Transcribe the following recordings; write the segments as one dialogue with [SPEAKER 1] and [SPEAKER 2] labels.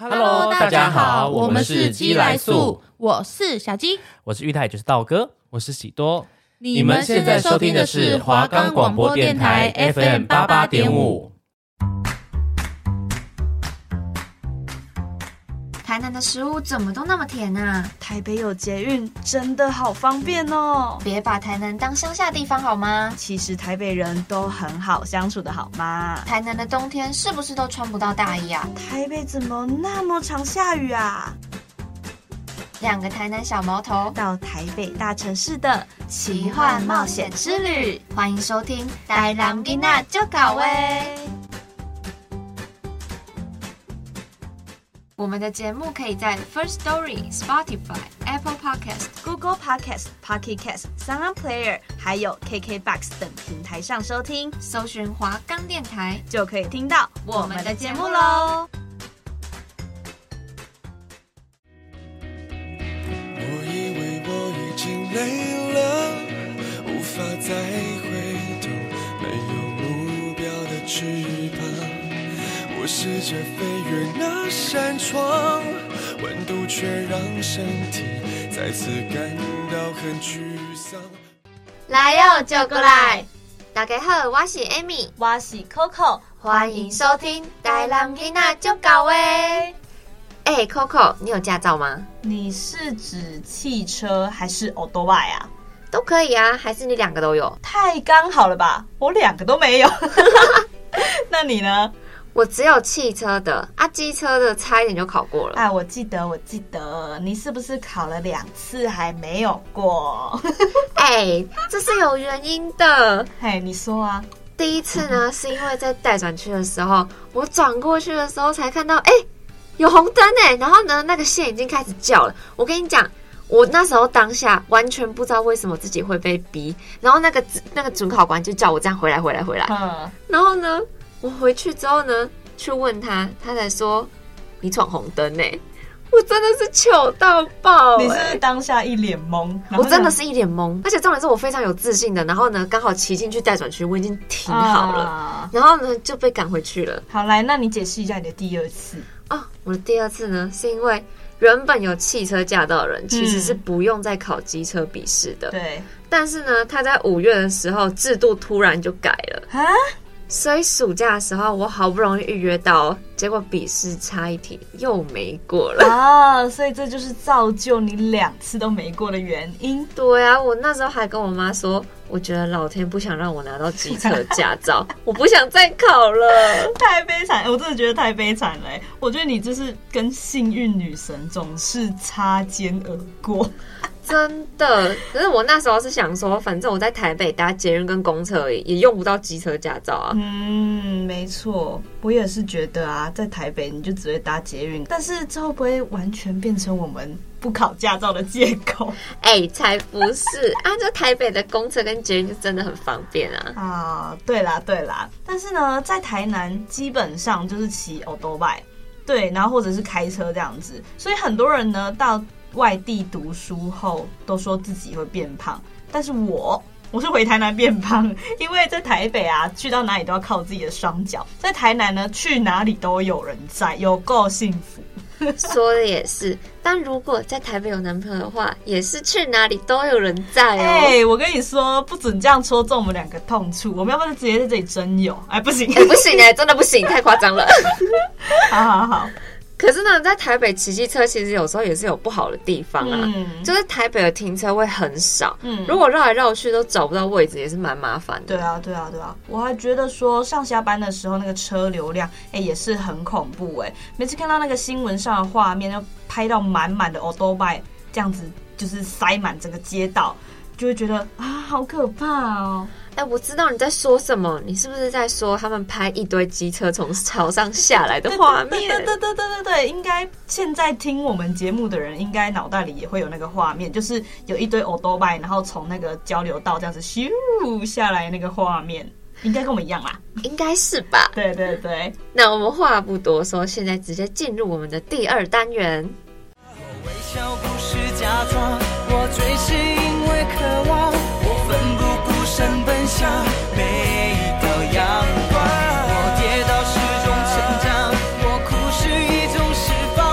[SPEAKER 1] Hello，大家好我们是鸡来素，
[SPEAKER 2] 我是小鸡。
[SPEAKER 1] 我是玉泰，就是道哥，我是喜多。
[SPEAKER 2] 你们现在收听的是华冈广播电台 FM 八八点五。
[SPEAKER 3] 台南的食物怎么都那么甜啊！
[SPEAKER 4] 台北有捷运，真的好方便哦。
[SPEAKER 3] 别把台南当乡下地方好吗？
[SPEAKER 4] 其实台北人都很好相处的，好吗？
[SPEAKER 3] 台南的冬天是不是都穿不到大衣啊？
[SPEAKER 4] 台北怎么那么常下雨啊？
[SPEAKER 3] 两个台南小毛头
[SPEAKER 4] 到台北大城市的
[SPEAKER 3] 奇幻冒险之旅，欢迎收听《台南囡仔就搞喂》。
[SPEAKER 4] 欸
[SPEAKER 3] 我们的节目可以在 First Story、Spotify、Apple Podcast、
[SPEAKER 4] Google Podcast、Pocket Cast、Sound On Player，还有 KKBox 等平台上收听，
[SPEAKER 3] 搜寻华冈电台
[SPEAKER 4] 就可以听到
[SPEAKER 3] 我们的节目。喽。
[SPEAKER 5] 我以为我已经累了，无法再回头，没有目标的翅膀。我试着飞越那扇窗，温度却让身体再次感到很沮丧。
[SPEAKER 3] 来哟、就过来！大家好，我是 Amy，
[SPEAKER 4] 我是 Coco，
[SPEAKER 3] 欢迎收听《台南囡仔就搞喂》。哎、c o c o 你有驾照吗？
[SPEAKER 4] 你是指汽车还是 o d o b 啊？
[SPEAKER 3] 都可以啊，还是你两个都有？
[SPEAKER 4] 太刚好了吧，我两个都没有。 那你呢？
[SPEAKER 3] 我只有汽车的啊，机车的差一点就考过了。
[SPEAKER 4] 哎，我记得，我记得，你是不是考了两次还没有过？
[SPEAKER 3] 哎、这是有原因的。
[SPEAKER 4] 嘿，你说啊。
[SPEAKER 3] 第一次呢，是因为在待转区的时候，我转过去的时候才看到，哎、有红灯哎、然后呢，那个线已经开始叫了。我跟你讲，我那时候当下完全不知道为什么自己会被逼，然后那个那个准考官就叫我这样回来，回来，回来。
[SPEAKER 4] 嗯，
[SPEAKER 3] 然后呢，我回去之后呢，去问他，他才说你闯红灯呢、我真的是糗到爆、
[SPEAKER 4] 你是不
[SPEAKER 3] 哎
[SPEAKER 4] 是当下一脸懵，然后
[SPEAKER 3] 我真的
[SPEAKER 4] 想
[SPEAKER 3] 是一脸懵，而且重点是我非常有自信的。然后呢，刚好骑进去待转区，我已经停好了，
[SPEAKER 4] 啊
[SPEAKER 3] 然后呢就被赶回去了。
[SPEAKER 4] 好，来，那你解释一下你的第二次。
[SPEAKER 3] 哦，我的第二次呢，是因为原本有汽车驾照的人其实是不用再考机车笔试的，
[SPEAKER 4] 对
[SPEAKER 3] 但是呢，他在五月的时候制度突然就改了，
[SPEAKER 4] 啊，
[SPEAKER 3] 所以暑假的时候我好不容易预约到哦，结果笔试差一题又没过了。
[SPEAKER 4] 啊，所以这就是造就你两次都没过的原因。
[SPEAKER 3] 对啊，我那时候还跟我妈说，我觉得老天不想让我拿到机车驾照，我不想再考了。
[SPEAKER 4] 太悲惨，我真的觉得太悲惨了欸。我觉得你就是跟幸运女神总是擦肩而过。
[SPEAKER 3] 真的，可是我那时候是想说，反正我在台北搭捷运跟公车而已，也用不到机车驾照啊。
[SPEAKER 4] 嗯，没错，我也是觉得啊，在台北你就只会搭捷运，但是这会不会完全变成我们不考驾照的借口
[SPEAKER 3] 哎、才不是啊！这台北的公车跟捷运就真的很方便啊。
[SPEAKER 4] 啊？对啦，对啦，但是呢，在台南基本上就是哦骑 o d o b i 对，然后或者是开车这样子，所以很多人呢到外地读书后都说自己会变胖，但是我。我是回台南变胖，因为在台北啊，去到哪里都要靠自己的双脚。在台南呢，去哪里都有人在，有够幸福。
[SPEAKER 3] 说的也是，但如果在台北有男朋友的话，也是去哪里都有人在哦。
[SPEAKER 4] 哎、我跟你说，不准这样戳中我们两个痛处。我们要不要直接在这里真友？哎，不 行，
[SPEAKER 3] 哎不行哎、真的不行，太夸张了。
[SPEAKER 4] 好好好，
[SPEAKER 3] 可是呢，在台北骑机车其实有时候也是有不好的地方啊，
[SPEAKER 4] 嗯
[SPEAKER 3] 就是台北的停车位很少，
[SPEAKER 4] 嗯
[SPEAKER 3] 如果绕来绕去都找不到位置，也是蛮麻烦的。
[SPEAKER 4] 对啊，对啊，对啊。我还觉得说上下班的时候那个车流量，哎、也是很恐怖哎、每次看到那个新闻上的画面，就拍到满满的 o d o b i 这样子，就是塞满整个街道，就会觉得啊，好可怕哦。
[SPEAKER 3] 哎、我知道你在说什么，你是不是在说他们拍一堆机车从桥上下来的画面？
[SPEAKER 4] 对对对对对对，应该现在听我们节目的人，应该脑袋里也会有那个画面，就是有一堆 o d o b i 然后从那个交流道这样子咻下来那个画面，应该跟我们一样啦。
[SPEAKER 3] 应该是吧？
[SPEAKER 4] 对对对，
[SPEAKER 3] 那我们话不多说，现在直接进入我们的第二单元。
[SPEAKER 6] 微笑不是假装，我追是因为渴望，我奋不顾身奔向每一道阳光。我跌倒是种成长，我哭是一种释放。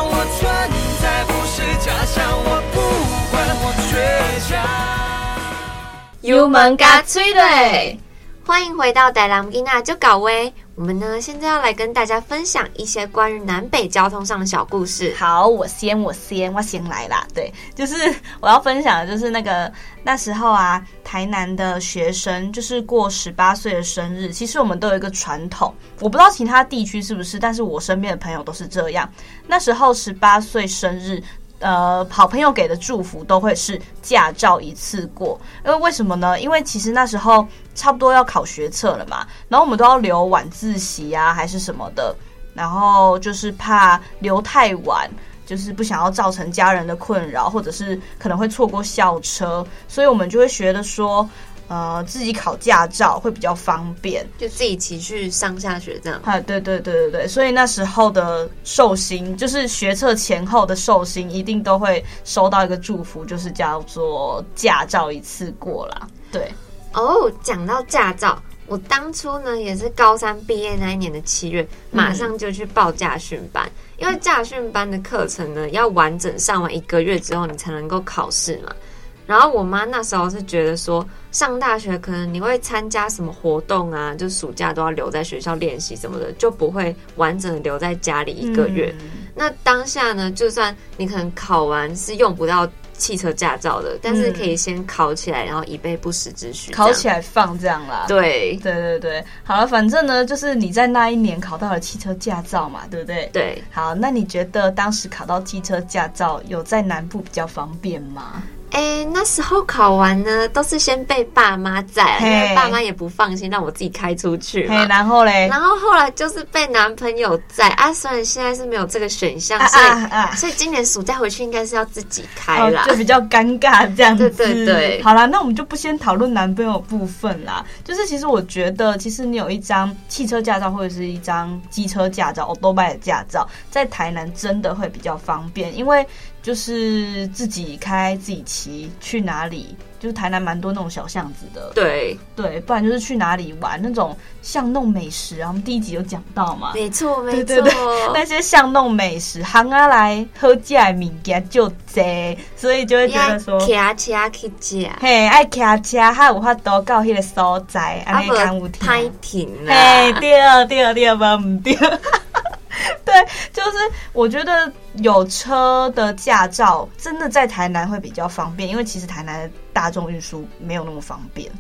[SPEAKER 3] 油门嘎吹嘞！欢迎回到戴兰吉娜就搞喂，我们呢现在要来跟大家分享一些关于南北交通上的小故事。
[SPEAKER 4] 好，我先，我先，我先来啦。对，就是我要分享的就是那个那时候啊，台南的学生就是过十八岁的生日，其实我们都有一个传统，我不知道其他地区是不是，但是我身边的朋友都是这样。那时候十八岁生日。呃，好朋友给的祝福都会是驾照一次过，因为为什么呢？因为其实那时候差不多要考学测了嘛，然后我们都要留晚自习啊，还是什么的，然后就是怕留太晚，就是不想要造成家人的困扰，或者是可能会错过校车，所以我们就会学的说，呃，自己考驾照会比较方便。
[SPEAKER 3] 就自己骑去上下学这样。
[SPEAKER 4] 啊，对对对对对，所以那时候的寿星，就是学测前后的寿星，一定都会收到一个祝福，就是叫做驾照一次过啦。对，
[SPEAKER 3] 哦，讲到驾照，我当初呢也是高三毕业那一年的七月，马上就去报驾训班，因为驾训班的课程呢要完整上完一个月之后，你才能够考试嘛。然后我妈那时候是觉得说，上大学可能你会参加什么活动啊，就暑假都要留在学校练习什么的，就不会完整的留在家里
[SPEAKER 4] 嗯
[SPEAKER 3] 一个月。那当下呢，就算你可能考完是用不到汽车驾照的，但是可以先考起来，然后以备不时之需。
[SPEAKER 4] 考起
[SPEAKER 3] 来，
[SPEAKER 4] 来放这样啦。
[SPEAKER 3] 对
[SPEAKER 4] 对对对，好了，反正呢，就是你在那一年考到了汽车驾照嘛，对不对？。
[SPEAKER 3] 对，
[SPEAKER 4] 好，那你觉得当时考到汽车驾照有在南部比较方便吗？
[SPEAKER 3] 哎，那时候考完呢，都是先被爸妈载，啊因为
[SPEAKER 4] 嘿
[SPEAKER 3] 爸妈也不放心让我自己开出去
[SPEAKER 4] 嘿
[SPEAKER 3] 嘛，。
[SPEAKER 4] 然后嘞，
[SPEAKER 3] 然后后来就是被男朋友载啊，虽然现在是没有这个选项，
[SPEAKER 4] 啊
[SPEAKER 3] 所以、
[SPEAKER 4] 啊啊
[SPEAKER 3] 所以今年暑假回去应该是要自己开
[SPEAKER 4] 哦
[SPEAKER 3] 啦。
[SPEAKER 4] 就比较尴尬这样子。
[SPEAKER 3] 对对对
[SPEAKER 4] 好啦，那我们就不先讨论男朋友部分啦。就是其实我觉得，其实你有一张汽车驾照或者是一张机车驾照、欧多拜的驾照，在台南真的会比较方便，因为就是自己开、自己骑去哪里，就是台南蛮多那种小巷子的。
[SPEAKER 3] 对，
[SPEAKER 4] 对，不然就是去哪里玩那种巷弄美食啊，我们第一集有讲到嘛。
[SPEAKER 3] 没错没
[SPEAKER 4] 对
[SPEAKER 3] 错。
[SPEAKER 4] 对对，那些巷弄美食，行啊来喝假物件就多，所以就会觉得说，
[SPEAKER 3] 卡卡啊去啊吃，
[SPEAKER 4] 嘿，爱骑车，还有法度到迄个所在，安
[SPEAKER 3] 啊
[SPEAKER 4] 尼
[SPEAKER 3] 不
[SPEAKER 4] 敢有
[SPEAKER 3] 拍
[SPEAKER 4] 听？
[SPEAKER 3] 停
[SPEAKER 4] 嘿，
[SPEAKER 3] 啦。
[SPEAKER 4] 对对对，无唔对。对，就是我觉得有车的驾照真的在台南会比较方便，因为其实台南的大众运输没有那么方便。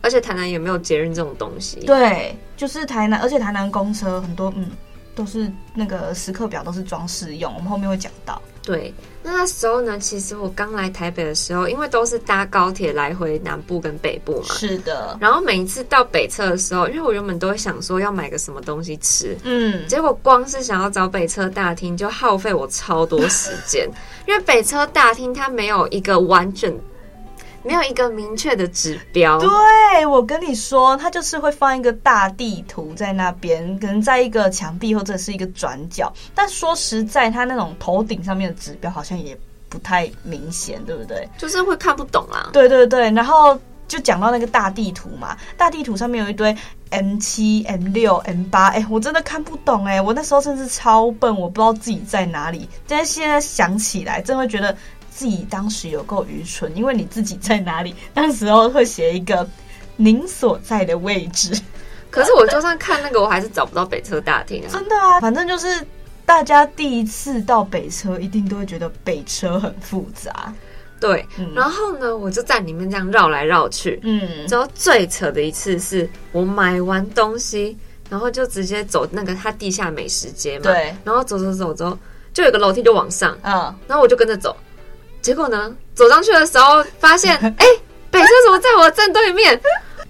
[SPEAKER 3] 而且台南也没有捷运这种东西。
[SPEAKER 4] 对，就是台南，而且台南公车很多，嗯，都是那个时刻表都是装饰用，我们后面会讲到。
[SPEAKER 3] 对，那那时候呢，其实我刚来台北的时候，因为都是搭高铁来回南部跟北部嘛。
[SPEAKER 4] 是的，
[SPEAKER 3] 然后每一次到北侧的时候，因为我原本都会想说要买个什么东西吃，
[SPEAKER 4] 嗯，
[SPEAKER 3] 结果光是想要找北车大厅就耗费我超多时 间，因为北车大厅它没有一个完整，没有一个明确的指标。
[SPEAKER 4] 对，我跟你说，它就是会放一个大地图在那边，可能在一个墙壁或者是一个转角。但说实在，它那种头顶上面的指标好像也不太明显，对不对？
[SPEAKER 3] 就是会看不懂啊啦。
[SPEAKER 4] 对对对，然后就讲到那个大地图嘛，大地图上面有一堆 M 七、M 六、M 八，哎，我真的看不懂哎、我那时候甚至超笨，我不知道自己在哪里。但是现在想起来，真会觉得自己当时有够愚蠢，因为你自己在哪里，当时候会写一个您所在的位置。
[SPEAKER 3] 可是我就算看那个，我还是找不到北车大厅啊。
[SPEAKER 4] 真的啊，反正就是大家第一次到北车，一定都会觉得北车很复杂。
[SPEAKER 3] 对，
[SPEAKER 4] 嗯
[SPEAKER 3] 然后呢，我就在里面这样绕来绕去。
[SPEAKER 4] 嗯，
[SPEAKER 3] 之后最扯的一次是我买完东西，然后就直接走那个它地下美食街嘛。
[SPEAKER 4] 对。
[SPEAKER 3] 然后走走走之后，就有个楼梯就往上，
[SPEAKER 4] 嗯，
[SPEAKER 3] 然后我就跟着走，结果呢，走上去的时候发 现，哎、北车怎么在我正对面？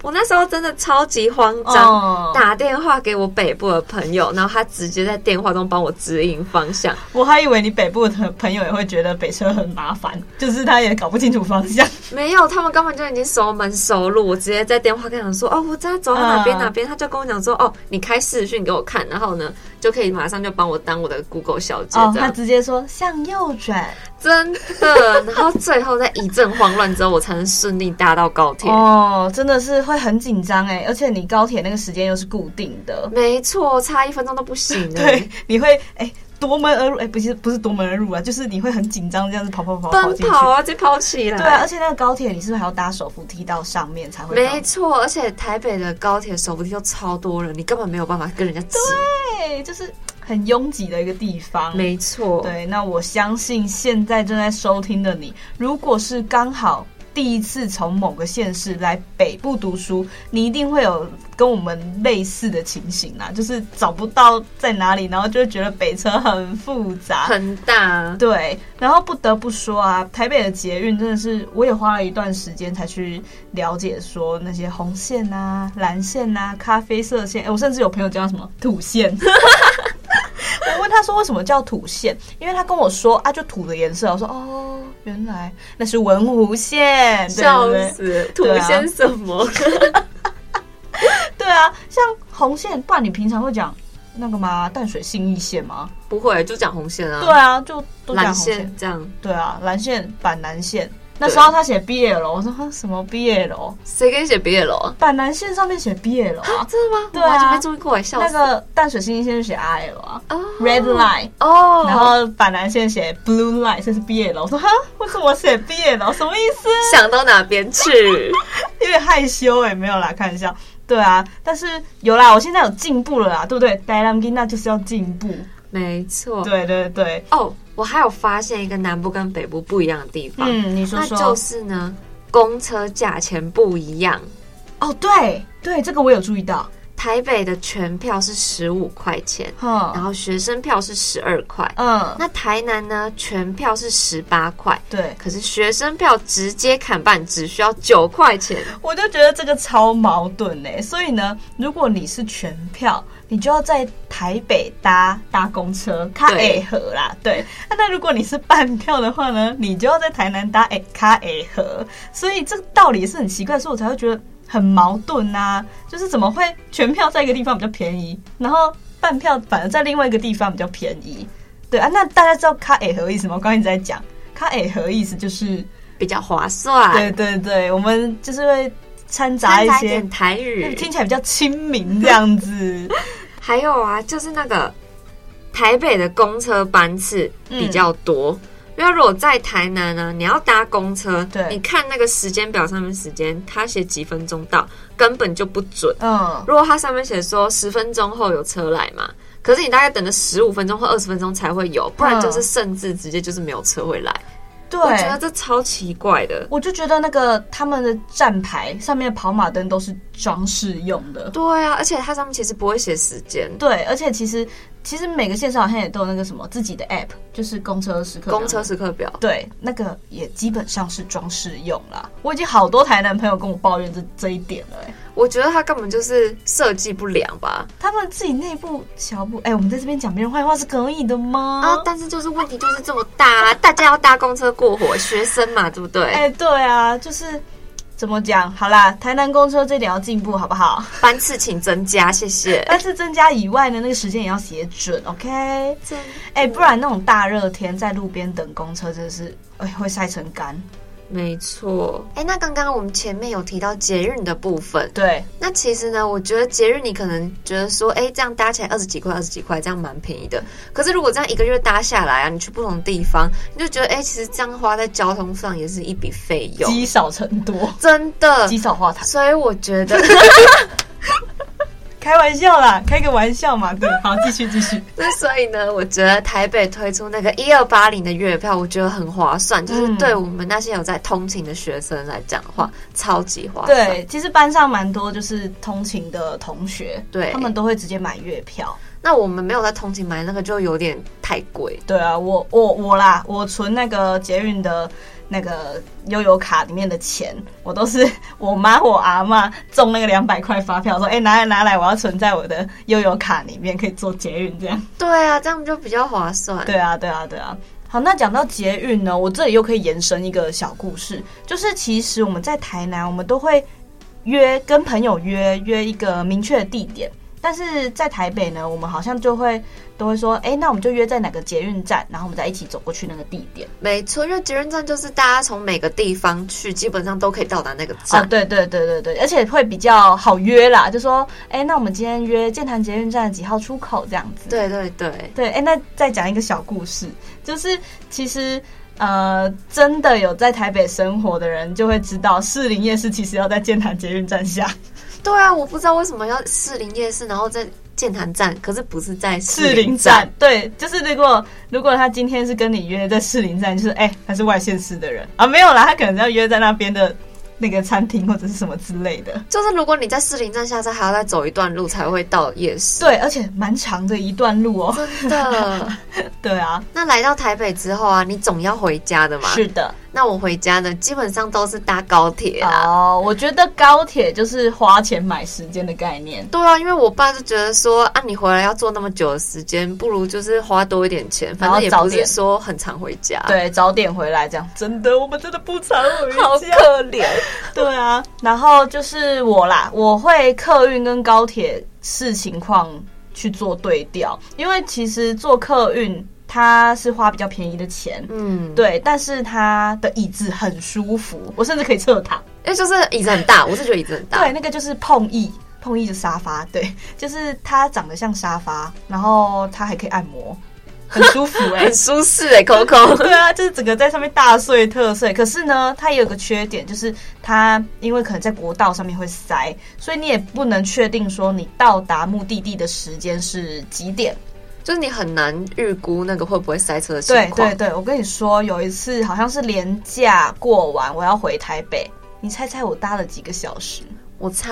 [SPEAKER 3] 我那时候真的超级慌张，
[SPEAKER 4] 哦
[SPEAKER 3] 打电话给我北部的朋友，然后他直接在电话中帮我指引方向。
[SPEAKER 4] 我还以为你北部的朋友也会觉得北车很麻烦，就是他也搞不清楚方向。
[SPEAKER 3] 没有，他们根本就已经熟门熟路。我直接在电话跟他讲说，哦，我正在走到哪边
[SPEAKER 4] 嗯
[SPEAKER 3] 哪边，他就跟我讲说，哦，你开视讯给我看，然后呢，就可以马上就帮我当我的 Google 小姐
[SPEAKER 4] 哦，
[SPEAKER 3] 这
[SPEAKER 4] 他
[SPEAKER 3] 样。
[SPEAKER 4] 直接说向右转。
[SPEAKER 3] 真的，然后最后在一阵慌乱之后，我才能顺利搭到高铁。
[SPEAKER 4] 哦，真的是会很紧张哎，而且你高铁那个时间又是固定的，
[SPEAKER 3] 没错，差一分钟都不行、欸。
[SPEAKER 4] 对，你会哎、夺门而入，哎、不是不是夺门而入啊，就是你会很紧张，这样子跑跑跑跑
[SPEAKER 3] 奔
[SPEAKER 4] 进去。
[SPEAKER 3] 跑啊，再跑起来。
[SPEAKER 4] 对啊，而且那个高铁你是不是还要搭手扶梯到上面才会到？
[SPEAKER 3] 没错，而且台北的高铁手扶梯都超多人，你根本没有办法跟人家挤。
[SPEAKER 4] 对，哎就是很拥挤的一个地方。
[SPEAKER 3] 没错，
[SPEAKER 4] 对，那我相信现在正在收听的你，如果是刚好第一次从某个县市来北部读书，你一定会有跟我们类似的情形啦，就是找不到在哪里，然后就会觉得北车很复 杂。
[SPEAKER 3] 很大。
[SPEAKER 4] 对，然后不得不说啊，台北的捷运真的是，我也花了一段时间才去了解说那些红线啊、蓝线啊、咖啡色线，哎，我甚至有朋友叫什么土线。 我问他说为什么叫土线，因为他跟我说啊，就土的颜色。我说哦，原来那是文湖线，对
[SPEAKER 3] 笑
[SPEAKER 4] 不对？
[SPEAKER 3] 死，土
[SPEAKER 4] 对啊
[SPEAKER 3] 先什么？
[SPEAKER 4] 对啊，像红线，不然你平常会讲那个吗？淡水信义线吗？
[SPEAKER 3] 不会，就讲红线啊。
[SPEAKER 4] 对啊，就都讲
[SPEAKER 3] 蓝
[SPEAKER 4] 红
[SPEAKER 3] 线。这样，
[SPEAKER 4] 对啊，蓝线、板南线。那时候他写 BL，我说哈什么 BL？
[SPEAKER 3] 谁给你写毕业楼啊？哦
[SPEAKER 4] 板南线上面写 BL 啊，
[SPEAKER 3] 真的吗？
[SPEAKER 4] 对
[SPEAKER 3] 我
[SPEAKER 4] 啊
[SPEAKER 3] 完全没注意过，笑
[SPEAKER 4] 那
[SPEAKER 3] 死。
[SPEAKER 4] 个淡水信义线就写 RL 啊
[SPEAKER 3] 哦
[SPEAKER 4] ，Red Line。
[SPEAKER 3] 哦，
[SPEAKER 4] 然后板南线写 blue line，这是 BL，我说哈，为什么写 BL？什么意思？
[SPEAKER 3] 想到哪边 去？
[SPEAKER 4] 有点害羞哎、没有啦，开玩笑。对啊，但是有啦，我现在有进步了啦，对不对 d a l a m g i n a 就是要进步。
[SPEAKER 3] 没错。
[SPEAKER 4] 对对对，
[SPEAKER 3] 哦，我还有发现一个南部跟北部不一样的地方，
[SPEAKER 4] 嗯，你说
[SPEAKER 3] 哦那
[SPEAKER 4] 说。
[SPEAKER 3] 就是呢，公车价钱不一样。
[SPEAKER 4] 哦，对对，这个我有注意到。
[SPEAKER 3] 台北的全票是十五块钱，然
[SPEAKER 4] 哼，
[SPEAKER 3] 后学生票是十二块。
[SPEAKER 4] 嗯，
[SPEAKER 3] 那台南呢，全票是十八块，
[SPEAKER 4] 对，
[SPEAKER 3] 可是学生票直接砍半，只需要九块钱。
[SPEAKER 4] 我就觉得这个超矛盾哎、所以呢，如果你是全票，你就要在台北搭搭公车，卡
[SPEAKER 3] 对
[SPEAKER 4] A 河啦。对，啊那那如果你是半票的话呢，你就要在台南搭 A 卡 A 河。所以这个道理是很奇怪，所以我才会觉得很矛盾啊。就是怎么会全票在一个地方比较便宜，然后半票反而在另外一个地方比较便宜？对啊，那大家知道卡 A 河意思吗？我刚才一直在讲卡 A 河意思就是。
[SPEAKER 3] 比较划算，
[SPEAKER 4] 对对对，我们就是会掺杂
[SPEAKER 3] 掺
[SPEAKER 4] 一
[SPEAKER 3] 杂一
[SPEAKER 4] 些
[SPEAKER 3] 点，台
[SPEAKER 4] 那
[SPEAKER 3] 语。
[SPEAKER 4] 听起来比较亲民这样子。
[SPEAKER 3] 还有啊，就是那个台北的公车班次比较多。因为如果在台南呢、你要搭公车，
[SPEAKER 4] 对
[SPEAKER 3] 你看那个时间表上面时间，它写几分钟到，根本就不准。
[SPEAKER 4] 嗯，
[SPEAKER 3] 如果它上面写说十分钟后有车来嘛，可是你大概等了十五分钟或二十分钟才会有，不然就是甚至直接就是没有车会来。
[SPEAKER 4] 对，
[SPEAKER 3] 我觉得这超奇怪的。
[SPEAKER 4] 我就觉得那个他们的站牌上面的跑马灯都是装饰用的。
[SPEAKER 3] 对啊，而且它上面其实不会写时间，
[SPEAKER 4] 对，而且其实其实每个县市好像也都有那个什么自己的 app，就是公车时刻表。
[SPEAKER 3] 公车时刻表。
[SPEAKER 4] 对，那个也基本上是装饰用啦。我已经好多台南朋友跟我抱怨这这一点了、欸，
[SPEAKER 3] 我觉得它根本就是设计不良吧。
[SPEAKER 4] 他们自己内部小部，哎、我们在这边讲别人坏话是可以的吗？
[SPEAKER 3] 啊，但是就是问题就是这么大、啊，大家要搭公车过火，学生嘛，对不对？
[SPEAKER 4] 哎、对啊，就是怎么讲？好啦，台南公车这点要进步，好不好？
[SPEAKER 3] 班次请增加，谢谢。
[SPEAKER 4] 但是增加以外呢，那个时间也要写准，OK？哎、
[SPEAKER 3] 真
[SPEAKER 4] 不然那种大热天在路边等公车，真的是哎、会晒成干。
[SPEAKER 3] 没错。哎，那刚刚我们前面有提到捷运的部分，
[SPEAKER 4] 对，
[SPEAKER 3] 那其实呢，我觉得节日你可能觉得说，哎，这样搭起来二十几块，二十几块，这样蛮便宜的。可是如果这样一个月搭下来啊，你去不同地方，你就觉得，哎，其实这样花在交通上也是一笔费用，
[SPEAKER 4] 积少成多，
[SPEAKER 3] 真的
[SPEAKER 4] 积。少化痰。
[SPEAKER 3] 所以我觉得，
[SPEAKER 4] 开玩笑啦，开个玩笑嘛。 对，好，继续继续。
[SPEAKER 3] 那所以呢，我觉得台北推出那个一二八零的月票，我觉得很划算，就是
[SPEAKER 4] 嗯
[SPEAKER 3] 对我们那些有在通勤的学生来讲的话，超级划算。
[SPEAKER 4] 对，其实班上蛮多就是通勤的同学，
[SPEAKER 3] 对
[SPEAKER 4] 他们都会直接买月票。
[SPEAKER 3] 那我们没有在通勤买那个就有点太贵，
[SPEAKER 4] 对啊，我我我啦，我存那个捷运的那个悠游卡里面的钱，我都是 我妈我阿妈中那个两百块发票，说哎、拿来拿来，我要存在我的悠游卡里面，可以做捷运这样。
[SPEAKER 3] 对啊，这样就比较划算。
[SPEAKER 4] 对啊，对啊，对啊。好，那讲到捷运呢，我这里又可以延伸一个小故事，就是其实我们在台南，我们都会约跟朋友约约一个明确的地点，但是在台北呢，我们好像就会都会说，哎、那我们就约在哪个捷运站，然后我们再一起走过去那个地点。
[SPEAKER 3] 没错，因为捷运站就是大家从每个地方去，基本上都可以到达那个
[SPEAKER 4] 啊，
[SPEAKER 3] 站。
[SPEAKER 4] 对对对对对，而且会比较好约啦，就说，哎、那我们今天约建潭捷运站几号出口这样子。
[SPEAKER 3] 对对对，
[SPEAKER 4] 对，哎、那再讲一个小故事，就是其实呃，真的有在台北生活的人就会知道，士林夜市其实要在建潭捷运站下，
[SPEAKER 3] 对啊，我不知道为什么要士林夜市，然后在建潭站，可是不是在
[SPEAKER 4] 士林
[SPEAKER 3] 林
[SPEAKER 4] 站。。对，就是如果如果他今天是跟你约在士林站，就是哎、他是外县市的人啊，没有啦，他可能要约在那边的那个餐厅或者是什么之类的。
[SPEAKER 3] 就是如果你在士林站下车，还要再走一段路才会到夜市。
[SPEAKER 4] 对，而且蛮长的一段路哦。
[SPEAKER 3] 真 的。
[SPEAKER 4] 对啊，
[SPEAKER 3] 那来到台北之后啊，你总要回家的嘛。
[SPEAKER 4] 是的。
[SPEAKER 3] 那我回家呢，基本上都是搭高铁啊啦。
[SPEAKER 4] 哦，我觉得高铁就是花钱买时间的概念。
[SPEAKER 3] 对啊，因为我爸就觉得说，啊，你回来要坐那么久的时间，不如就是花多一点钱，反
[SPEAKER 4] 然后
[SPEAKER 3] 正也
[SPEAKER 4] 早
[SPEAKER 3] 不是
[SPEAKER 4] 点
[SPEAKER 3] 说很常回家。，
[SPEAKER 4] 对，早点回来这样，真的，我们真的不常回家。
[SPEAKER 3] 好可怜。
[SPEAKER 4] 对啊，然后就是我啦，我会客运跟高铁视情况去做对调，因为其实做客运它是花比较便宜的钱，
[SPEAKER 3] 嗯，对，
[SPEAKER 4] 对，但是它的椅子很舒服，我甚至可以侧躺。
[SPEAKER 3] 因为就是椅子很大，我是觉得椅子很大。
[SPEAKER 4] 对，，那个就是碰椅，碰椅的沙发，对，就是它长得像沙发，然后它还可以按摩，很舒服 哎、
[SPEAKER 3] 很舒适哎、欸、，Coco。
[SPEAKER 4] 对啊，就是整个在上面大睡特睡。可是呢，它也有个缺点，就是它因为可能在国道上面会塞，所以你也不能确定说你到达目的地的时间是几点。
[SPEAKER 3] 就是你很难预估那个会不会塞车的情
[SPEAKER 4] 对
[SPEAKER 3] 况。
[SPEAKER 4] 对对，我跟你说，有一次好像是连假过完，我要回台北，你猜猜我搭了几个小时？
[SPEAKER 3] 我猜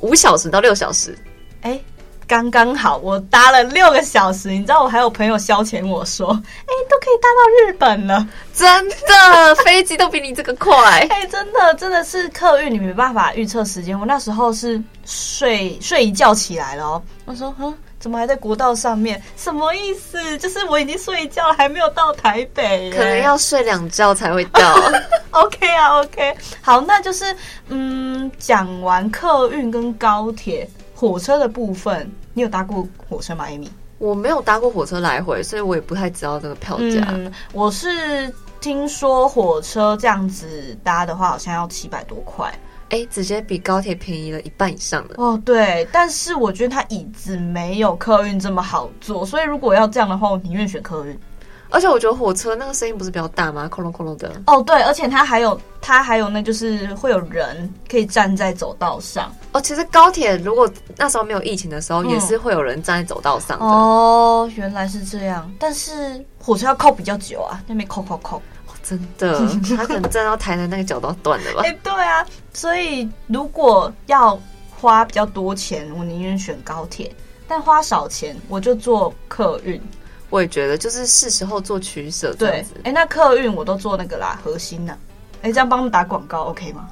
[SPEAKER 3] 五小时到六小时，
[SPEAKER 4] 哎、刚刚好，我搭了六个小时。你知道，我还有朋友消遣我说，哎、都可以搭到日本了。
[SPEAKER 3] 真 的飞机都比你这个快。
[SPEAKER 4] 哎、真的真的是客运，你没办法预测时间。我那时候是睡睡一觉起来了哦，我说，嗯，怎么还在国道上面？什么意思？就是我已经睡一觉了，还没有到台北耶，
[SPEAKER 3] 可能要睡两觉才会到。
[SPEAKER 4] OK 啊，OK。好，那就是嗯，讲完客运跟高铁、火车的部分，你有搭过火车吗，Amy？
[SPEAKER 3] 我没有搭过火车来回，所以我也不太知道这个票价。
[SPEAKER 4] 嗯，我是听说火车这样子搭的话，好像要七百多块。
[SPEAKER 3] 哎、直接比高铁便宜了一半以上的。
[SPEAKER 4] 哦，对，但是我觉得它椅子没有客运这么好坐，所以如果要这样的话，我宁愿选客运。
[SPEAKER 3] 而且我觉得火车那个声音不是比较大吗？哐隆哐隆的。
[SPEAKER 4] 哦，对，而且它还有它还有那就是会有人可以站在走道上。
[SPEAKER 3] 哦，其实高铁如果那时候没有疫情的时候，
[SPEAKER 4] 嗯
[SPEAKER 3] 也是会有人站在走道上的。
[SPEAKER 4] 哦，原来是这样，但是火车要靠比较久啊，那边靠靠靠。
[SPEAKER 3] 真的，他可能站到台南那个脚都要断了吧
[SPEAKER 4] 哎、？ 对啊，所以如果要花比较多钱，我宁愿选高铁；但花少钱，我就坐客运。
[SPEAKER 3] 我也觉得，就是是时候做取舍这
[SPEAKER 4] 对，
[SPEAKER 3] 样
[SPEAKER 4] 哎
[SPEAKER 3] 子。、
[SPEAKER 4] 那客运我都做那个啦，核心呐、哎、这样帮他们打广告 OK 吗？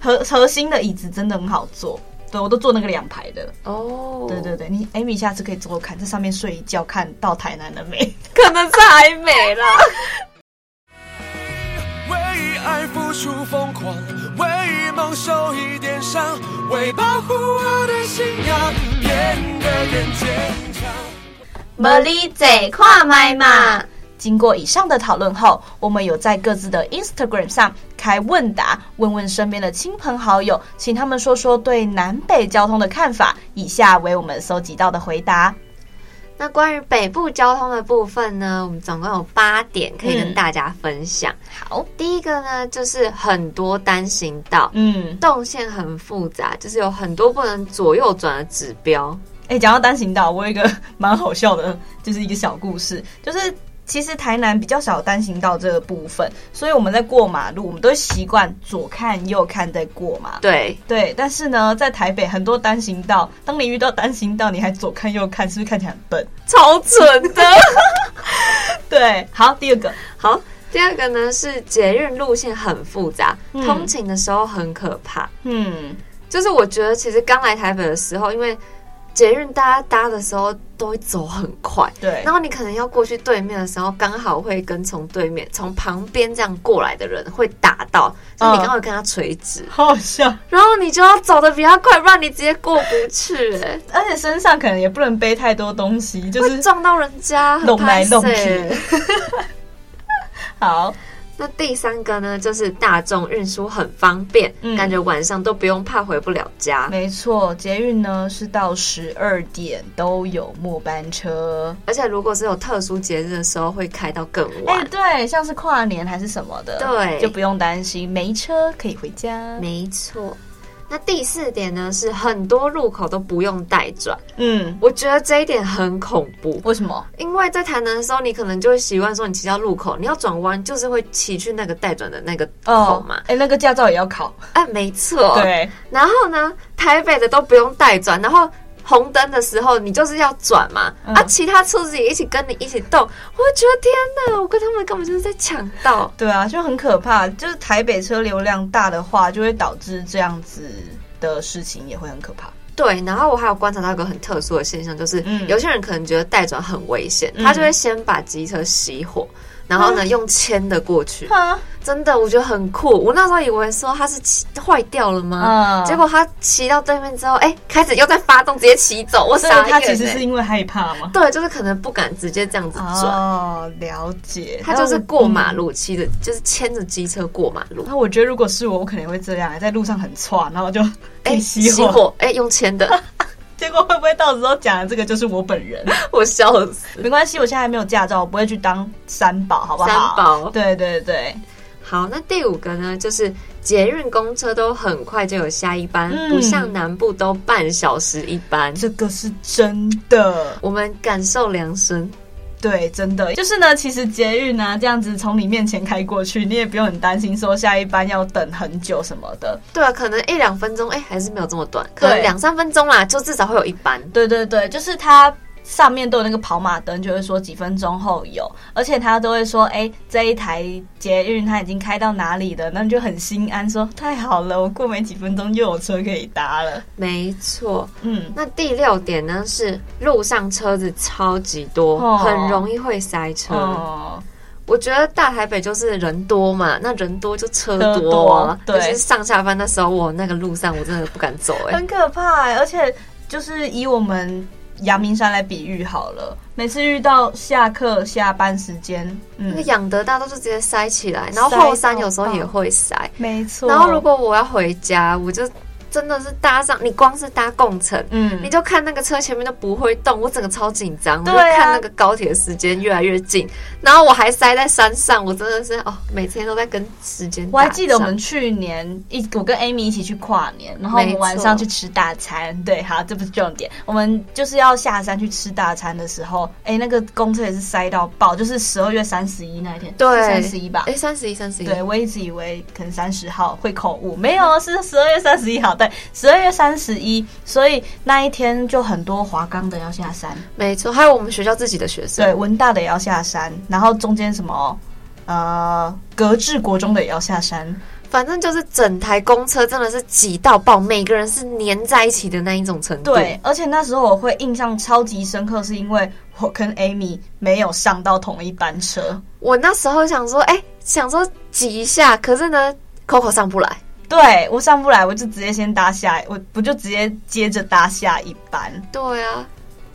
[SPEAKER 4] 核核心的椅子真的很好坐，对我都坐那个两排的。
[SPEAKER 3] 哦，
[SPEAKER 4] 对对，对，你 Amy 下次可以坐坐看，在上面睡一觉，看到台南的美。
[SPEAKER 3] 可能是还没 啦。
[SPEAKER 5] 为爱付出疯狂，为梦受一点伤，为保护我的信仰变得更坚强。
[SPEAKER 3] Molly 贼跨麦嘛，
[SPEAKER 4] 经过以上的讨论后，我们有在各自的 Instagram 上开问答，问问身边的亲朋好友，请他们说说对南北交通的看法。以下为我们搜集到的回答。
[SPEAKER 3] 那关于北部交通的部分呢，我们总共有八点可以
[SPEAKER 4] 嗯
[SPEAKER 3] 跟大家分享。
[SPEAKER 4] 好，
[SPEAKER 3] 第一个呢，就是很多单行道，
[SPEAKER 4] 嗯，
[SPEAKER 3] 动线很复杂，就是有很多不能左右转的指标。
[SPEAKER 4] 哎、讲到单行道，我有一个 蛮好笑的，就是一个小故事，就是其实台南比较少单行道这个部分，所以我们在过马路，我们都会习惯左看右看再过嘛。
[SPEAKER 3] 对，
[SPEAKER 4] 对，但是呢，在台北很多单行道，当你遇到单行道，你还左看右看，是不是看起来很笨？
[SPEAKER 3] 超准的。
[SPEAKER 4] 对，好，第二个，
[SPEAKER 3] 好，第二个呢是捷运路线很复杂，
[SPEAKER 4] 嗯
[SPEAKER 3] 通勤的时候很可怕。
[SPEAKER 4] 嗯，
[SPEAKER 3] 就是我觉得其实刚来台北的时候，因为捷运大家搭的时候都会走很快，
[SPEAKER 4] 对
[SPEAKER 3] 然后你可能要过去对面的时候，刚好会跟从对面、从旁边这样过来的人会打到，所以你
[SPEAKER 4] 嗯
[SPEAKER 3] 刚好跟他垂直，
[SPEAKER 4] 好好笑。
[SPEAKER 3] 然后你就要走的比他快，不然你直接过不去、哎，
[SPEAKER 4] 而且身上可能也不能背太多东西，就
[SPEAKER 3] 会
[SPEAKER 4] 是
[SPEAKER 3] 撞到人家，很
[SPEAKER 4] 弄来弄去
[SPEAKER 3] 拍死哎
[SPEAKER 4] 好，
[SPEAKER 3] 那第三个呢，就是大众运输很方便，
[SPEAKER 4] 嗯
[SPEAKER 3] 感觉晚上都不用怕回不了家，
[SPEAKER 4] 没错，捷运呢是到十二点都有末班车。
[SPEAKER 3] 而且如果是有特殊节日的时候，会开到更
[SPEAKER 4] 哎、
[SPEAKER 3] 晚。
[SPEAKER 4] 对，像是跨年还是什么的，
[SPEAKER 3] 对
[SPEAKER 4] 就不用担心，没车可以回家。
[SPEAKER 3] 没错。那第四点呢，是很多路口都不用待转，
[SPEAKER 4] 嗯，
[SPEAKER 3] 我觉得这一点很恐怖。
[SPEAKER 4] 为什么？
[SPEAKER 3] 因为在台南的时候，你可能就会习惯说，你骑到路口，你要转弯就是会骑去那个待转的那个口嘛。
[SPEAKER 4] 哎、那个驾照也要 考。
[SPEAKER 3] 哎、没错。
[SPEAKER 4] 对，
[SPEAKER 3] 然后呢，台北的都不用带转，然后红灯的时候你就是要转嘛，
[SPEAKER 4] 嗯
[SPEAKER 3] 啊，其他车子也一起跟你一起动，我觉得天哪，我跟他们根本就是在抢道。
[SPEAKER 4] 对啊，就很可怕。就是台北车流量大的话，就会导致这样子的事情也会很可怕。
[SPEAKER 3] 对，然后我还有观察到一个很特殊的现象，就是、
[SPEAKER 4] 嗯
[SPEAKER 3] 有些人可能觉得带转很危险，
[SPEAKER 4] 嗯
[SPEAKER 3] 他就会先把机车熄火。然后呢，用牵的过去，
[SPEAKER 4] 啊，
[SPEAKER 3] 真的我觉得很酷。我那时候以为说它是骑坏掉了吗？
[SPEAKER 4] 嗯
[SPEAKER 3] 结果他骑到对面之后，哎，开始又在发动，直接骑走。我
[SPEAKER 4] 所
[SPEAKER 3] 傻眼、欸。
[SPEAKER 4] 以他其实是因为害怕吗？
[SPEAKER 3] 对，就是可 能不敢直接这样子转，
[SPEAKER 4] 哦，嗯了解。
[SPEAKER 3] 他就是过马
[SPEAKER 4] 路。
[SPEAKER 3] 路，骑着就是牵着机车过马路。
[SPEAKER 4] 那我觉得如果是我，我可能也会这样，欸在路上很窜，然后就哎熄
[SPEAKER 3] 熄火，哎、用牵的，
[SPEAKER 4] 结果会不会到时候讲的这个就是我本人？
[SPEAKER 3] 我笑死。
[SPEAKER 4] 没关系，我现在还没有驾照，我不会去当三宝，好不好？
[SPEAKER 3] 三宝
[SPEAKER 4] 对对对，
[SPEAKER 3] 好，那第五个呢，就是捷运、公车都很快就有下一班，
[SPEAKER 4] 嗯
[SPEAKER 3] 不像南部都半小时一班。
[SPEAKER 4] 这个是真的。
[SPEAKER 3] 我们感受良深，
[SPEAKER 4] 对，真的就是呢。其实捷运啊，这样子从你面前开过去，你也不用很担心说下一班要等很久什么的。
[SPEAKER 3] 对啊，可能一两分钟，哎、还是没有这么短，可能
[SPEAKER 4] 对
[SPEAKER 3] 两三分钟啦，就至少会有一班。
[SPEAKER 4] 对对对，就是它上面都有那个跑马灯，就会说几分钟后有，而且它都会说，哎，这一台捷运它已经开到哪里了，那你就很心安说，太好了，我过没几分钟又有车可以搭了。
[SPEAKER 3] 没错，
[SPEAKER 4] 嗯，
[SPEAKER 3] 那第六点呢是路上车子超级多，
[SPEAKER 4] 哦
[SPEAKER 3] 很容易会塞车。
[SPEAKER 4] 哦，
[SPEAKER 3] 我觉得大台北就是人多嘛，那人多就车
[SPEAKER 4] 车
[SPEAKER 3] 多啊
[SPEAKER 4] 多，对
[SPEAKER 3] 就是上下班的时候，我那个路上我真的不敢走哎、
[SPEAKER 4] 很可怕、欸而且就是以我们。阳明山来比喻好了，每次遇到下课下班时间，
[SPEAKER 3] 那个
[SPEAKER 4] 嗯，
[SPEAKER 3] 养德大道就直接塞起来，然后后山有时候也会塞，
[SPEAKER 4] 没错。
[SPEAKER 3] 然后如果我要回家，我就真的是搭上，你光是搭共乘。
[SPEAKER 4] 嗯，
[SPEAKER 3] 你就看那个车前面都不会动，我整个超紧张，我
[SPEAKER 4] 对
[SPEAKER 3] 就
[SPEAKER 4] 啊
[SPEAKER 3] 看那个高铁时间越来越近，然后我还塞在山上，我真的是哦，每天都在跟时间打仗。
[SPEAKER 4] 我还记得我们去年一，我跟 Amy 一起去跨年，然后我
[SPEAKER 3] 没
[SPEAKER 4] 们
[SPEAKER 3] 错
[SPEAKER 4] 晚上去吃大餐。对，好，这不是重点，我们就是要下山去吃大餐的时候，哎、那个公车也是塞到爆，就是十二月三十一那一天，
[SPEAKER 3] 对
[SPEAKER 4] 三十一吧。
[SPEAKER 3] 哎三十一三十一，
[SPEAKER 4] 对，我一直以为可能三十号会口误，没有，是十二月三十一号。对，十二月三十一，所以那一天就很多华冈的要下山，
[SPEAKER 3] 没错，还有我们学校自己的学生，
[SPEAKER 4] 对，文大的也要下山，然后中间什么呃，格致国中的也要下山，
[SPEAKER 3] 反正就是整台公车真的是挤到爆，每个人是粘在一起的那一种程度。
[SPEAKER 4] 对，，而且那时候我会印象超级深刻，是因为我跟 Amy 没有上到同一班车。
[SPEAKER 3] 我那时候想说，哎、想说挤一下，可是呢，Coco 上不来，
[SPEAKER 4] 对我上不来，我就直接先搭下，我我就直接接着搭下一班。
[SPEAKER 3] 对啊，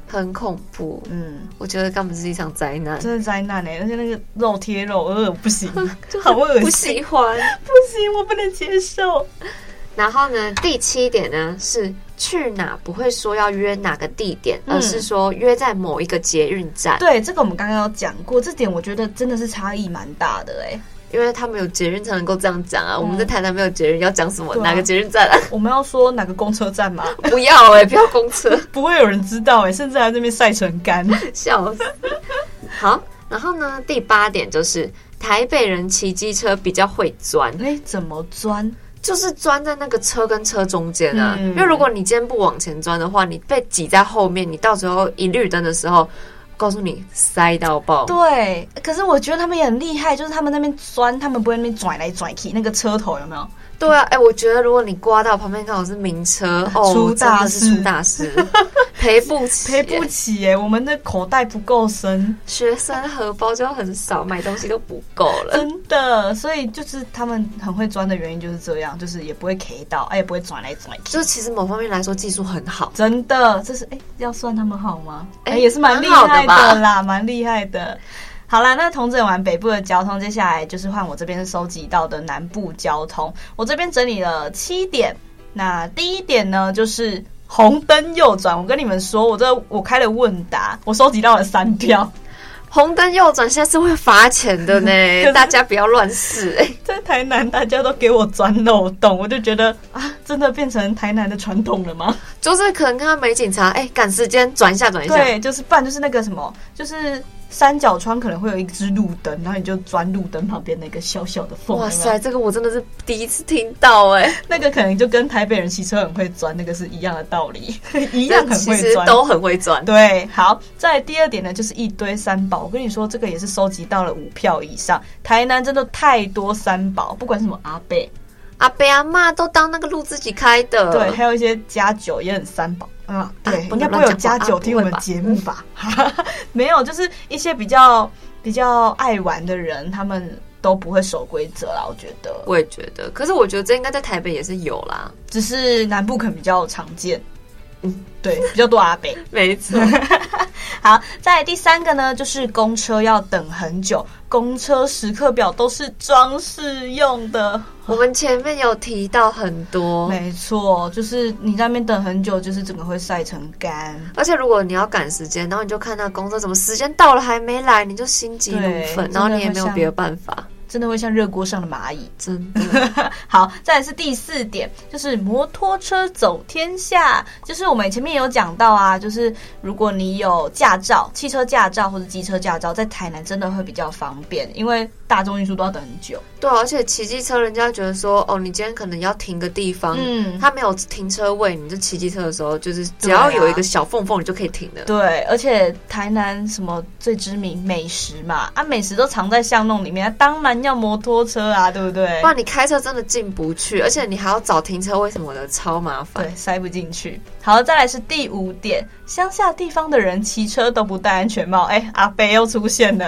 [SPEAKER 3] 很恐怖，
[SPEAKER 4] 嗯，
[SPEAKER 3] 我觉得根本是一场灾难，
[SPEAKER 4] 真的灾难哎、而且那个肉贴肉，呃，不 行，
[SPEAKER 3] 就
[SPEAKER 4] 好恶
[SPEAKER 3] 不
[SPEAKER 4] 心，
[SPEAKER 3] 喜欢。
[SPEAKER 4] 不行，我不能接受。
[SPEAKER 3] 然后呢，第七点呢是去哪不会说要约哪个地点，
[SPEAKER 4] 嗯
[SPEAKER 3] 而是说约在某一个捷运站，
[SPEAKER 4] 对，这个我们刚刚有讲过，这点我觉得真的是差异蛮大的哎、
[SPEAKER 3] 因为他们有捷运才能够这样讲啊。我们在
[SPEAKER 4] 嗯
[SPEAKER 3] 台南没有捷运，要讲什么、
[SPEAKER 4] 对啊
[SPEAKER 3] 哪个捷运站啊？
[SPEAKER 4] 我们要说哪个公车站吗？
[SPEAKER 3] 不要哎、不要公车。
[SPEAKER 4] 不会有人知道哎、甚至还在那边晒成 干。
[SPEAKER 3] 笑 死。好，然后呢，第八点就是台北人骑机车比较会钻，
[SPEAKER 4] 哎、怎么钻？
[SPEAKER 3] 就是钻在那个车跟车中间啊。
[SPEAKER 4] 嗯
[SPEAKER 3] 因为如果你今天不往前钻的话，你被挤在后面，你到时候一绿灯的时候，告诉你塞到爆。
[SPEAKER 4] 对，可是我觉得他们也很厉害，就是他们那边钻，他们不会那边拽来拽去，那个车头有没有？
[SPEAKER 3] 对啊，哎、我觉得如果你刮到旁边刚好是名车，哦，
[SPEAKER 4] 出
[SPEAKER 3] 真
[SPEAKER 4] 大
[SPEAKER 3] 的是
[SPEAKER 4] 事
[SPEAKER 3] 出大事， 赔不起，
[SPEAKER 4] 赔不。起耶、我们的口袋不够深，
[SPEAKER 3] 学生荷包就很少，买东西都不够 了。
[SPEAKER 4] 真的。所以就是他们很会钻的原因就是这样，就是也不会 K 到，哎，也不会转来转去。
[SPEAKER 3] 就其实某方面来说，技术很好。
[SPEAKER 4] 真的，这是哎、要算他们好吗？哎、
[SPEAKER 3] 哎
[SPEAKER 4] 也是蛮厉
[SPEAKER 3] 蛮
[SPEAKER 4] 害
[SPEAKER 3] 好的吧
[SPEAKER 4] 的啦，蛮厉害的。好啦，那同整完北部的交通，接下来就是换我这边收集到的南部交通。我这边整理了七点，那第一点呢就是。红灯右转，我跟你们说，我这我开了问答，我收集到了三
[SPEAKER 3] 嗯
[SPEAKER 4] 票，
[SPEAKER 3] 红灯右转现在是会罚钱的
[SPEAKER 4] 可是
[SPEAKER 3] 呢，大家不要乱试、哎
[SPEAKER 4] 在台南大家都给我钻漏洞，我就觉得啊，真的变成台南的传统了吗？
[SPEAKER 3] 就是可能看到没警察，哎、赶时间转一下转一下。
[SPEAKER 4] 对，就是不然就是那个什么，就是三角窗可能会有一只路灯，然后你就钻路灯旁边那个小小的缝。
[SPEAKER 3] 哇
[SPEAKER 4] 有没
[SPEAKER 3] 塞，
[SPEAKER 4] 有，
[SPEAKER 3] 这个我真的是第一次听到哎、
[SPEAKER 4] 那个可能就跟台北人骑车很会钻那个是一样的道理， 一样
[SPEAKER 3] 这
[SPEAKER 4] 很
[SPEAKER 3] 其
[SPEAKER 4] 会
[SPEAKER 3] 实
[SPEAKER 4] 钻。
[SPEAKER 3] 都很会转。
[SPEAKER 4] 对，好，再来第二点呢，就是一堆三宝。我跟你说，这个也是收集到了五票以上。台南真的太多三宝，不管什么阿贝，
[SPEAKER 3] 阿伯阿妈都当那个路自己开的，
[SPEAKER 4] 对，还有一些加酒也很三宝。啊，对，
[SPEAKER 3] 不
[SPEAKER 4] 应该
[SPEAKER 3] 能
[SPEAKER 4] 不
[SPEAKER 3] 乱
[SPEAKER 4] 会有
[SPEAKER 3] 讲
[SPEAKER 4] 加
[SPEAKER 3] 话
[SPEAKER 4] 酒
[SPEAKER 3] 啊
[SPEAKER 4] 听
[SPEAKER 3] 不会
[SPEAKER 4] 我们
[SPEAKER 3] 吧嗯
[SPEAKER 4] 节目吧？ 没有，就是一些比较比较爱玩的人，他们都不会守规则啦。我觉得，
[SPEAKER 3] 我也觉得。可是我觉得这应该在台北也是有啦，
[SPEAKER 4] 只是南部可能比较常见。嗯
[SPEAKER 3] 嗯，
[SPEAKER 4] 对，比较多阿北。
[SPEAKER 3] 没错。
[SPEAKER 4] 好，再来第三个呢，就是公车要等很久，公车时刻表都是装饰用的。
[SPEAKER 3] 我们前面有提到很多，
[SPEAKER 4] 没错，就是你在那边等很久，就是整个会晒成干。
[SPEAKER 3] 而且如果你要赶时间，然后你就看到公车怎么时间到了还没来，你就心急如
[SPEAKER 4] 对
[SPEAKER 3] 焚，然后你也没
[SPEAKER 4] 真的会
[SPEAKER 3] 有
[SPEAKER 4] 像
[SPEAKER 3] 别的办法，
[SPEAKER 4] 真的会像热锅上的蚂蚁。
[SPEAKER 3] 真的。
[SPEAKER 4] 好，再来是第四点，就是摩托车走天下。就是我们前面也有讲到啊，就是如果你有驾照，汽车驾照或者机车驾照，在台南真的会比较方便，因为大众运输都要等很久。
[SPEAKER 3] 对啊，而且骑机车人家觉得说，哦，你今天可能要停个地方，
[SPEAKER 4] 嗯
[SPEAKER 3] 他没有停车位，你就骑机车的时候，就是只
[SPEAKER 4] 对啊
[SPEAKER 3] 要有一个小缝缝，你就可以停了。
[SPEAKER 4] 对，啊而且台南什么最知名美食嘛，啊，美食都藏在巷弄里面，当然要摩托车啊，对不对
[SPEAKER 3] 不？然你开车真的进不去，而且你还要找停车位什么的，超麻烦
[SPEAKER 4] 对。，塞不进去。好，再来是第五点，乡下地方的人骑车都不戴安全帽。哎，阿北又出现了。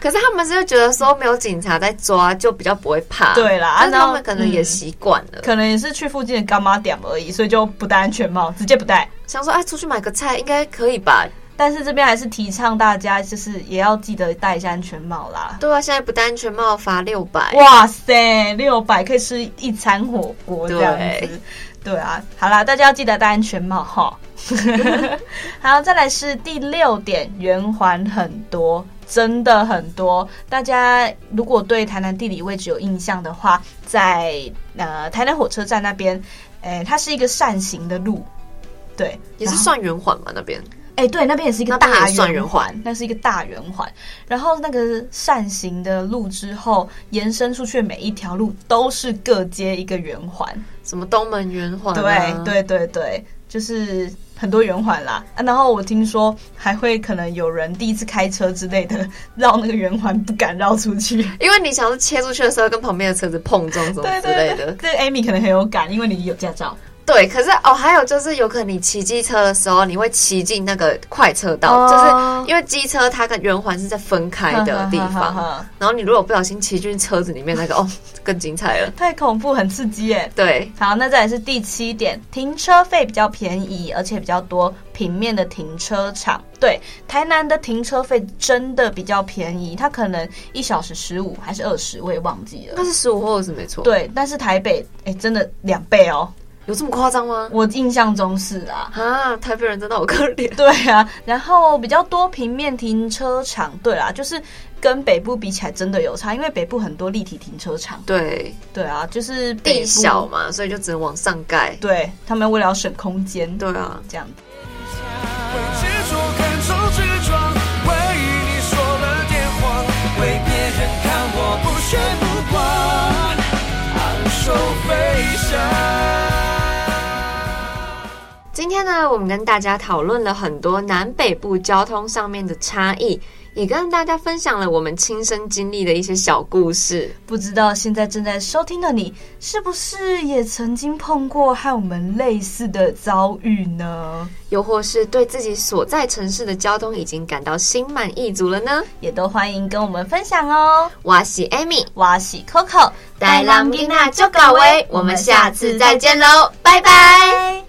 [SPEAKER 3] 可是他们是觉得说没有警察在抓，就比较不会怕。
[SPEAKER 4] 对啦啊嗯
[SPEAKER 3] 但是
[SPEAKER 4] 然后
[SPEAKER 3] 他们可能也习惯了，
[SPEAKER 4] 可能也是去附近的干妈点而已，所以就不戴安全帽，直接不戴。
[SPEAKER 3] 想说哎，出去买个菜应该可以吧？
[SPEAKER 4] 但是这边还是提倡大家，就是也要记得戴一下安全帽啦。
[SPEAKER 3] 对啊，现在不戴安全帽罚六百。
[SPEAKER 4] 哇塞，六百可以吃一餐火锅这样子
[SPEAKER 3] 对。
[SPEAKER 4] 对啊，好啦，大家要记得戴安全帽哈。 好，再来是第六点，圆环很多，真的很多。大家如果对台南地理位置有印象的话，在呃台南火车站那边，哎、它是一个扇形的路，对，
[SPEAKER 3] 也是
[SPEAKER 4] 然后
[SPEAKER 3] 算圆环嘛那边，
[SPEAKER 4] 哎、对，那边也是一个
[SPEAKER 3] 那边也
[SPEAKER 4] 大
[SPEAKER 3] 算
[SPEAKER 4] 圆
[SPEAKER 3] 圆环，
[SPEAKER 4] 那是一个大圆环。然后那个扇形的路之后延伸出去，每一条路都是各接一个圆环。
[SPEAKER 3] 什么东门圆环、啊，
[SPEAKER 4] 对，对对对，就是很多圆环啦、啊然后我听说还会可能有人第一次开车之类的绕那个圆环，不敢绕出 去。
[SPEAKER 3] 因为你想要切出去的时候跟旁边的车子碰撞什么
[SPEAKER 4] 对
[SPEAKER 3] 之
[SPEAKER 4] 对
[SPEAKER 3] 类
[SPEAKER 4] 对
[SPEAKER 3] 的，，
[SPEAKER 4] 这个 Amy 可能很有感，因为你有驾照。
[SPEAKER 3] 对，可是哦，还有就是，有可能你骑机车的时候，你会骑进那个快车道，
[SPEAKER 4] 哦
[SPEAKER 3] 就是因为机车它跟圆环是在分开的地
[SPEAKER 4] 哈哈
[SPEAKER 3] 方，
[SPEAKER 4] 哈哈
[SPEAKER 3] 然后你如果不小心骑进车子里面，那个哦，更精彩了。
[SPEAKER 4] 太恐怖，很刺激耶。
[SPEAKER 3] 对，
[SPEAKER 4] 好，那再来是第七点，停车费比较便宜，而且比较多平面的停车场。对，台南的停车费真的比较便宜，它可能一小时十五还是二十，我也忘记了
[SPEAKER 3] 那。是十五或者是没错，，
[SPEAKER 4] 对，但是台北哎、真的两倍哦，
[SPEAKER 3] 有这么夸张吗？
[SPEAKER 4] 我印象中是啊。
[SPEAKER 3] 啊，台北人真的好可怜。
[SPEAKER 4] 对啊，然后比较多平面停车场。对啦，就是跟北部比起来真的有差，因为北部很多立体停车场。
[SPEAKER 3] 对，
[SPEAKER 4] 对啊，就是
[SPEAKER 3] 地
[SPEAKER 4] 北部
[SPEAKER 3] 小，嘛，所以就只能往上盖。
[SPEAKER 4] 对他们为了要省空间，
[SPEAKER 3] 对啊，
[SPEAKER 4] 这样子。
[SPEAKER 6] 为
[SPEAKER 5] 执着看守执着，为你说了点谎，
[SPEAKER 6] 为别人看我不
[SPEAKER 5] 不悬不挂，昂首飞翔。
[SPEAKER 3] 今今天呢，我们跟大家讨论了很多南北部交通上面的差异，也跟大家分享了我们亲身经历的一些小故事。
[SPEAKER 4] 不知道现在正在收听的你，是不是也曾经碰过和我们类似的遭遇呢？
[SPEAKER 3] 又或是对自己所在城市的交通已经感到心满意足了呢？
[SPEAKER 4] 也都欢迎跟我们分享哦。
[SPEAKER 3] 我是 Amy，
[SPEAKER 4] 我是 Coco，
[SPEAKER 3] 带浪吉娜就搞喂，我们下次再见喽，拜拜。